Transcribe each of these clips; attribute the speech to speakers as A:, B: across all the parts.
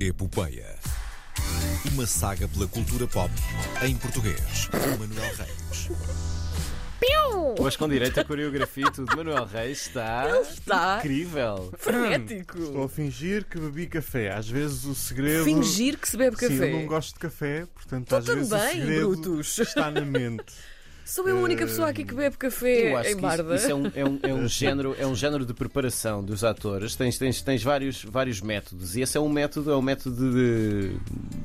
A: Epopeia. Uma saga pela cultura pop em português. com Manuel Reis.
B: Mas com direito a coreografia e tudo, Manuel Reis está
C: Está
B: incrível.
C: Tá frenético.
D: Estou a fingir que bebi café. Às vezes o segredo.
C: Fingir que se bebe
D: Sim,
C: café.
D: eu não gosto de café, portanto,
C: Tu
D: às vezes o
C: também,
D: segredo
C: Brutus.
D: está na mente.
C: Sou eu a única pessoa aqui que bebe café
B: Eu acho
C: em
B: que isso,
C: Barda.
B: isso é, um, é, um, é um género, é um género de preparação dos atores. Tens, tens, tens vários, vários métodos e esse é um método, é um método de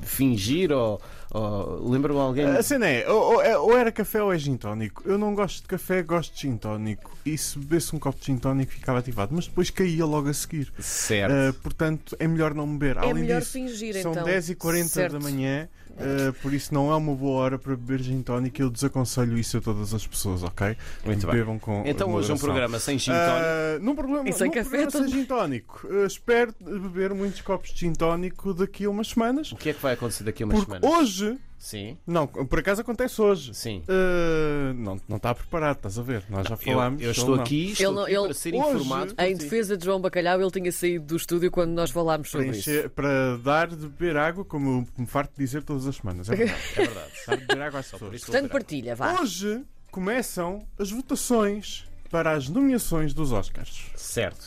B: fingir ou, ou lembra-me alguém.
D: A cena é ou, ou é- ou era café ou é gin tónico. Eu não gosto de café, gosto de gin tónico. E se bebesse um copo de gin tónico ficava ativado, mas depois caía logo a seguir.
B: Certo.
D: Ah, portanto, é melhor não beber.
C: É
D: Além
C: melhor
D: disso,
C: fingir
D: são
C: então.
D: 10h40
C: Certo.
D: da manhã, ah, por isso não é uma boa hora para beber gin tónico. Eu desaconselho isso a todas as pessoas, ok?
B: Muito bem.
D: Bebam com
B: Então hoje um
D: moderação.
B: programa sem gin tónico.
D: Ah, num problema,
C: E sem
D: num
C: café
D: problema sem
C: também.
D: gin tónico. Ah, espero beber muitos copos de gin tónico daqui a umas semanas.
B: O que é que vai acontecer daqui a umas
D: Porque
B: semanas?
D: hoje,
B: Sim,
D: não, por acaso acontece hoje.
B: sim.
D: Ah, não, não está preparado, estás a ver? Nós já
B: Eu,
D: falámos.
B: eu
D: ele
B: estou
D: não.
B: aqui,
C: Ele
B: estou
C: não-
B: aqui
C: ele-
B: para ser
D: Hoje-
B: informado.
C: Em defesa de João Bacalhau, ele tinha saído do estúdio quando nós falámos
D: Para,
C: sobre isso.
D: encher- para dar de beber água, como eu me farto de dizer todas as semanas. É verdade.
B: É verdade.
D: Dar de beber água às
B: por
D: pessoas.
B: isso-
C: Portanto, partilha, vá.
D: Hoje começam as votações para as nomeações dos Oscars.
B: Certo.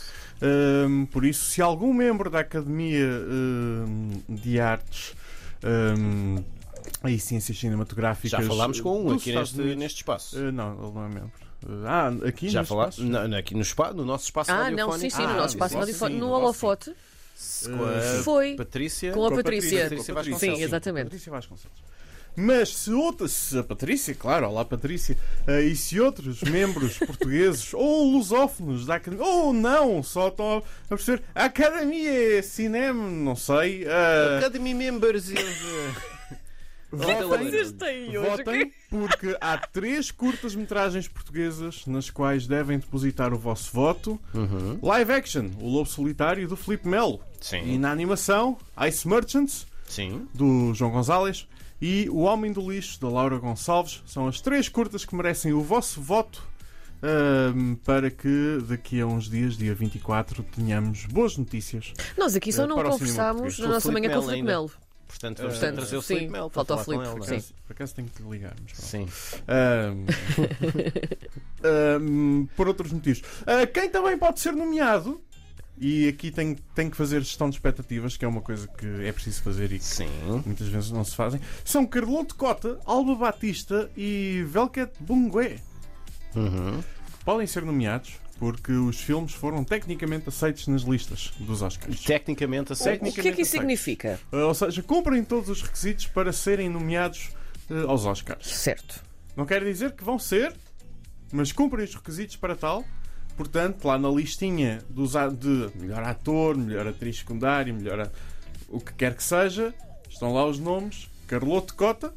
D: Hum, por isso, se algum membro da Academia hum, de Artes hum, e Ciências Cinematográficas.
B: Já falámos com um
D: dos
B: aqui
D: Estados
B: neste,
D: Unidos-
B: neste espaço.
D: Eh, não, ele não é membro. Eh, ah, aqui
B: Já
D: neste
B: falámos?
D: espaço?
B: Não, não, Aqui no, espa- no nosso espaço
C: Ah,
B: radiofónico.
C: não, sim, sim,
D: Ah,
C: no nosso espaço
D: sim,
C: radiofónico,
D: sim,
C: no
D: no nosso
C: holofote,
B: Com a
C: Foi.
B: Eh, Patrícia.
C: com a
D: Com a
C: Patrícia.
B: Patrícia
C: Sim,
B: Vasconcelos.
C: exatamente.
D: Patrícia Vasconcelos. Mas se outra, se a Patrícia, claro, olá Patrícia, eh, e se outros membros portugueses ou lusófonos da Academia, ou não, só estão a perceber, a Academia Cinema, não sei, eh,
B: Academy members.
D: votem-
B: Vocês
C: têm
D: Votem porque há três curtas-metragens portuguesas nas quais devem depositar o vosso voto. Live action, O Lobo Solitário, do Filipe Melo. E
B: Sim,
D: na animação, Ice Merchants,
B: sim.
D: do João Gonzalez. E O Homem do Lixo, da Laura Gonçalves. São as três curtas que merecem o vosso voto ahm, para que daqui a uns dias, dia 24, tenhamos boas notícias.
C: Nós aqui só
D: Eh,
C: não
D: para o cinema
C: conversámos
D: português.
C: na
B: Com o
C: nossa
B: Filipe
C: manhã com o
B: Melo
C: Filipe
B: ainda.
C: Melo.
B: Portanto, vamos
C: Portanto,
B: ter que trazer o
C: sim,
B: Felipe Melo. para
C: falta o
B: falar com
C: Filipe,
B: ele, não é?
C: Sim.
D: Por acaso tenho que lhe ligar. mas pronto.
B: Sim.
D: Ahm, ahm, por outros motivos. Ah, quem também pode ser nomeado, e aqui tem, tem que fazer gestão de expectativas, que é uma coisa que é preciso fazer e que
B: Sim.
D: muitas vezes não se fazem, são Carlote Cota, Alba Batista e Velket Bungue.
B: Uhum.
D: Podem ser nomeados porque os filmes foram tecnicamente aceitos nas listas dos Oscars. Oh.
B: Tecnicamente aceito.
C: O que é que isso significa?
D: Ah, ou seja, cumprem todos os requisitos para serem nomeados ah, aos Oscars.
C: Certo.
D: Não quer dizer que vão ser, mas cumprem os requisitos para tal. Portanto, lá na listinha dos a- de melhor ator, melhor atriz secundária, melhor a- o que quer que seja, estão lá os nomes: Carlote Cota,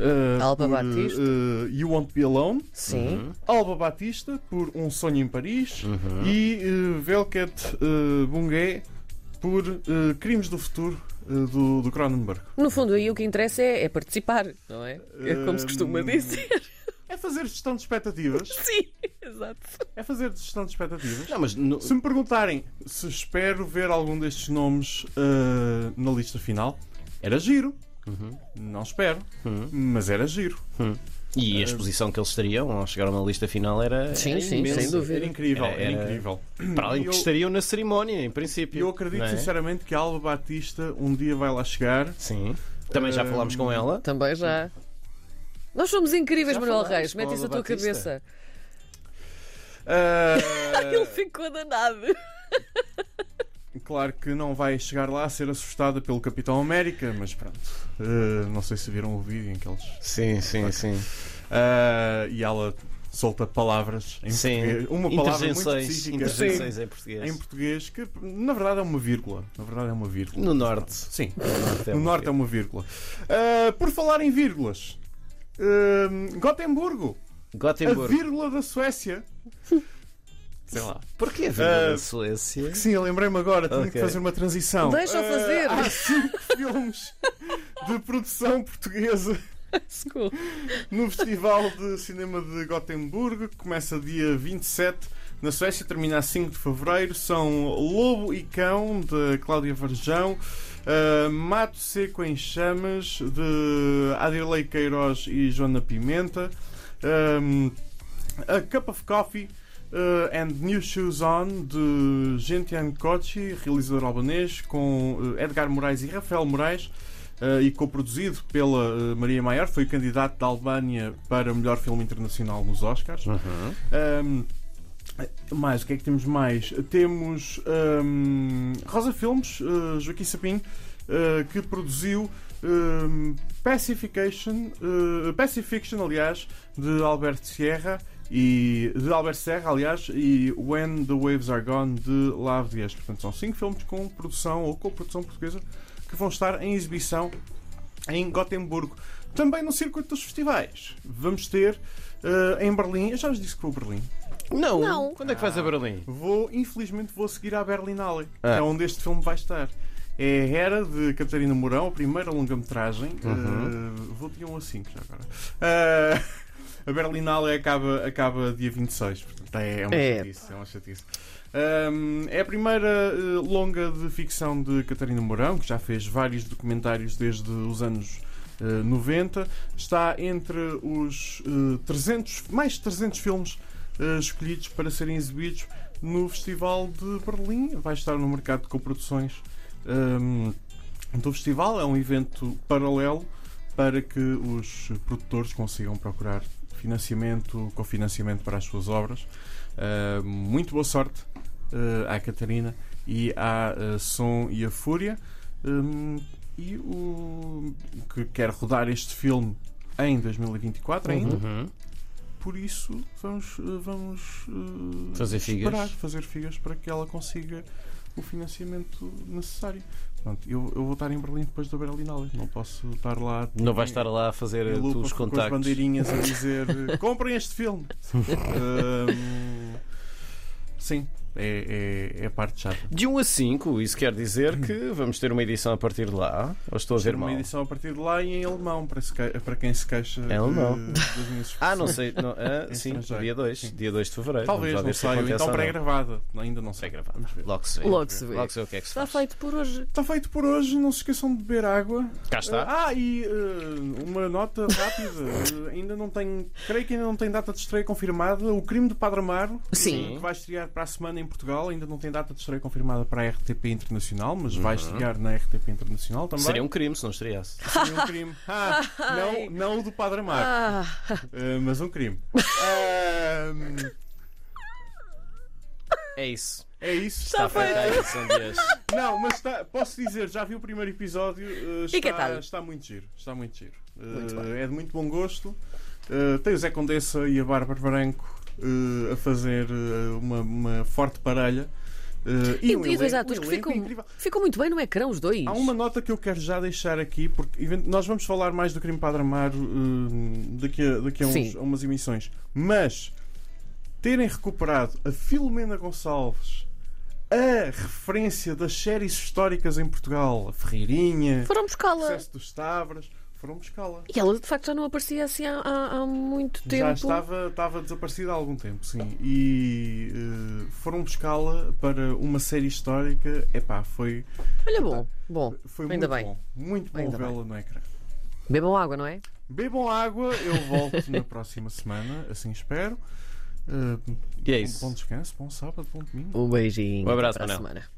D: eh,
C: Alba
D: por,
C: Batista.
D: eh, You Won't Be Alone,
C: Sim.
D: Alba Batista por Um Sonho em Paris e eh, Velket eh, Bungué por eh, Crimes do Futuro eh, do, do Cronenberg.
C: No fundo, aí o que interessa é, é participar, não é? É Como se costuma
D: Hum.
C: dizer.
D: É fazer gestão de expectativas.
C: Sim, exato.
D: É fazer gestão de expectativas.
B: Não, mas no-
D: Se me perguntarem se espero ver algum destes nomes ah, na lista final, era giro.
B: Uhum.
D: Não espero, mas era giro.
B: e a exposição que eles estariam ao chegar a uma lista final era.
C: Sim,
B: era
C: sim,
B: imensa.
C: sem dúvida.
D: Era incrível, era,
B: Era-
D: incrível.
B: Para além de que
D: Eu-
B: estariam na cerimónia, em princípio.
D: E eu acredito
B: não é?
D: sinceramente que a Alba Batista um dia vai lá chegar.
B: Sim. Também já
D: Hum.
B: falámos com ela.
C: Também já. Nós somos incríveis,
B: Já
C: Manuel
B: falámos
C: Reis.
B: com
C: Mete
B: a
C: isso na
B: Lola
C: tua
B: Batista.
C: cabeça.
D: Ah,
C: Ele ficou danado.
D: claro que não vai chegar lá a ser assustada pelo Capitão América, mas pronto. Ah, não sei se viram o vídeo em que eles.
B: Sim, sim, sim.
D: Ah, e ela solta palavras em
B: Sim.
D: português. Uma palavra muito
B: Interjeições.
D: específica.
B: Interjeições é em
D: em
B: português.
D: português, que na verdade é uma vírgula. Na verdade é uma vírgula.
B: No norte.
D: Sim,
B: Até
D: no
B: um
D: norte é uma vírgula. Ah, por falar em vírgulas, ah, Gotemburgo, a
B: Gotemburgo.
D: vírgula da Suécia. Sei lá.
B: Porquê a vírgula da
D: Ah,
B: Suécia?
D: Sim, eu lembrei-me agora, tenho
B: Ok.
D: que fazer uma transição.
C: Deixa-o
D: Ah,
C: fazer.
D: há cinco filmes de produção portuguesa
C: Desculpa.
D: no Festival de Cinema de Gotemburgo, que começa dia 27 Na Suécia termina a 5 de Fevereiro. São Lobo e Cão, de Cláudia Varjão. Uh, Mato Seco em Chamas, de Adirley Queiroz e Joana Pimenta. Um, a Cup of Coffee uh, and New Shoes On, de Gentian Kochi, realizador albanês, com uh, Edgar Moraes e Rafael Moraes. uh, e co-produzido pela uh, Maria Maior, foi o candidato da Albânia para melhor filme internacional nos Oscars. Um, mais, o que é que temos mais? Temos um, Rosa Filmes, uh, Joaquim Sapim, uh, que produziu um, Pacification, uh, Pacifiction, aliás, de Albert Sierra e de Albert Serra, aliás, e When the Waves Are Gone de Lave Dias. Portanto, são cinco filmes com produção ou com produção portuguesa que vão estar em exibição em Gotemburgo. Também no circuito dos festivais. Vamos ter uh, em Berlim. Eu já vos disse que vou a Berlim.
B: Não.
C: Não.
B: Quando é que vais a Berlim?
D: Vou, infelizmente, vou seguir à Berlinale, que
B: Ah.
D: é onde este filme vai estar. É Hera, de Catarina Mourão, a primeira longa-metragem. Uh, vou de 1 a 5 já agora. Uh, a Berlinale acaba, acaba dia 26, portanto é, é uma
C: É.
D: chatice. É, uma chatice. Um, é a primeira uh, longa de ficção de Catarina Mourão, que já fez vários documentários desde os anos uh, 90. Está entre os uh, 300, mais de 300 filmes eh, escolhidos para serem exibidos no Festival de Berlim. Vai estar no mercado de coproduções ehm, do festival. É um evento paralelo para que os produtores consigam procurar financiamento, cofinanciamento para as suas obras. Eh, muito boa sorte eh, à Catarina e à eh, Som e à Fúria. Ehm, e o que quer rodar este filme em 2024 ainda
B: Uhum.
D: por isso vamos, eh, vamos eh,
B: Fazer figas.
D: esperar, fazer figas para que ela consiga o financiamento necessário. Pronto, eu, eu vou estar em Berlim depois da Berlinale, não posso estar lá.
B: Não vais estar lá a fazer
D: em
B: eh,
D: lupa,
B: tu os
D: com as
B: contactos.
D: bandeirinhas a dizer eh, comprem este filme. Ahm, sim, é, é, é a parte chata.
B: De 1 a 5, isso quer dizer que vamos ter uma edição a partir de lá. Ou estou a ver mal?
D: Hum. Uma edição a partir de lá e em alemão, para, se que- para quem se queixa
B: Em alemão.
D: de- das minhas
B: Ah, não sei. não, ah,
D: Em
B: sim,
D: estrangeiro.
B: dia 2.
D: Sim.
B: Dia 2 de fevereiro.
D: Talvez,
B: Vamos lá
D: não
B: ver se
D: sei. ou
B: acontece
D: Então
B: ou não.
D: pré-gravada, ainda não sei.
B: Pré-gravada.
D: Vamos ver.
B: Logo se vê.
C: Logo se vê.
B: Logo se vê o que é que se
C: Está
B: faz.
C: feito por hoje.
D: Está feito por hoje, não se esqueçam de beber água.
B: Cá está.
D: Ah, e eh, uma nota rápida. Eh, ainda não tem. Creio que ainda não tem data de estreia confirmada. O crime do Padre Amaro, eh,
C: Sim.
D: que vai estrear para a semana em Portugal, ainda não tem data de estreia confirmada para a RTP Internacional, mas vai estrear na RTP Internacional também.
B: Seria um crime se não estreasse.
D: Seria um crime. Ah, não, não o do Padre Amaro.
C: Ah,
D: eh, mas um crime. Ahm,
B: É isso.
D: é isso.
B: Está feita a edição de hoje.
D: Não, mas está- posso dizer, já vi o primeiro episódio. eh,
C: E que
D: está,
C: tal?
D: está muito giro. Está muito giro. Eh, é de muito bom gosto. Eh, tem o Zé Condessa e a Bárbara Branco eh, a fazer eh, uma, uma forte parelha. Eh,
C: e, e
D: um
C: dois
D: elenco-
C: atores
D: um
C: que
D: elenco
C: ficam,
D: incrível.
C: ficam muito bem no ecrã, os dois.
D: Há uma nota que eu quero já deixar aqui, porque event- nós vamos falar mais do crime Padre Amaro hum, daqui, a, daqui a, uns-
C: Sim.
D: a umas emissões. Mas terem recuperado a Filomena Gonçalves, a referência das séries históricas em Portugal, a Ferreirinha,
C: Foram
D: o
C: buscá-la.
D: Processo dos Tavras, foram buscá-la.
C: E ela de facto já não aparecia assim há, há- há muito tempo.
D: Já estava, estava desaparecida há algum tempo, sim. E eh, foram buscá-la para uma série histórica. Epá, foi,
C: Olha, bom, bom.
D: foi
C: Ainda
D: muito
C: bem.
D: bom. Muito bom
C: Ainda bem.
D: vê-la no ecrã.
C: Bebam água, não é?
D: Bebam água, eu volto na próxima semana, assim espero. Uh,
B: E é
D: bom-
B: isso. É
D: Bom descanso, bom sábado, bom domingo.
C: Um beijinho.
B: Um abraço,
C: Até para a
B: Manel.
C: semana.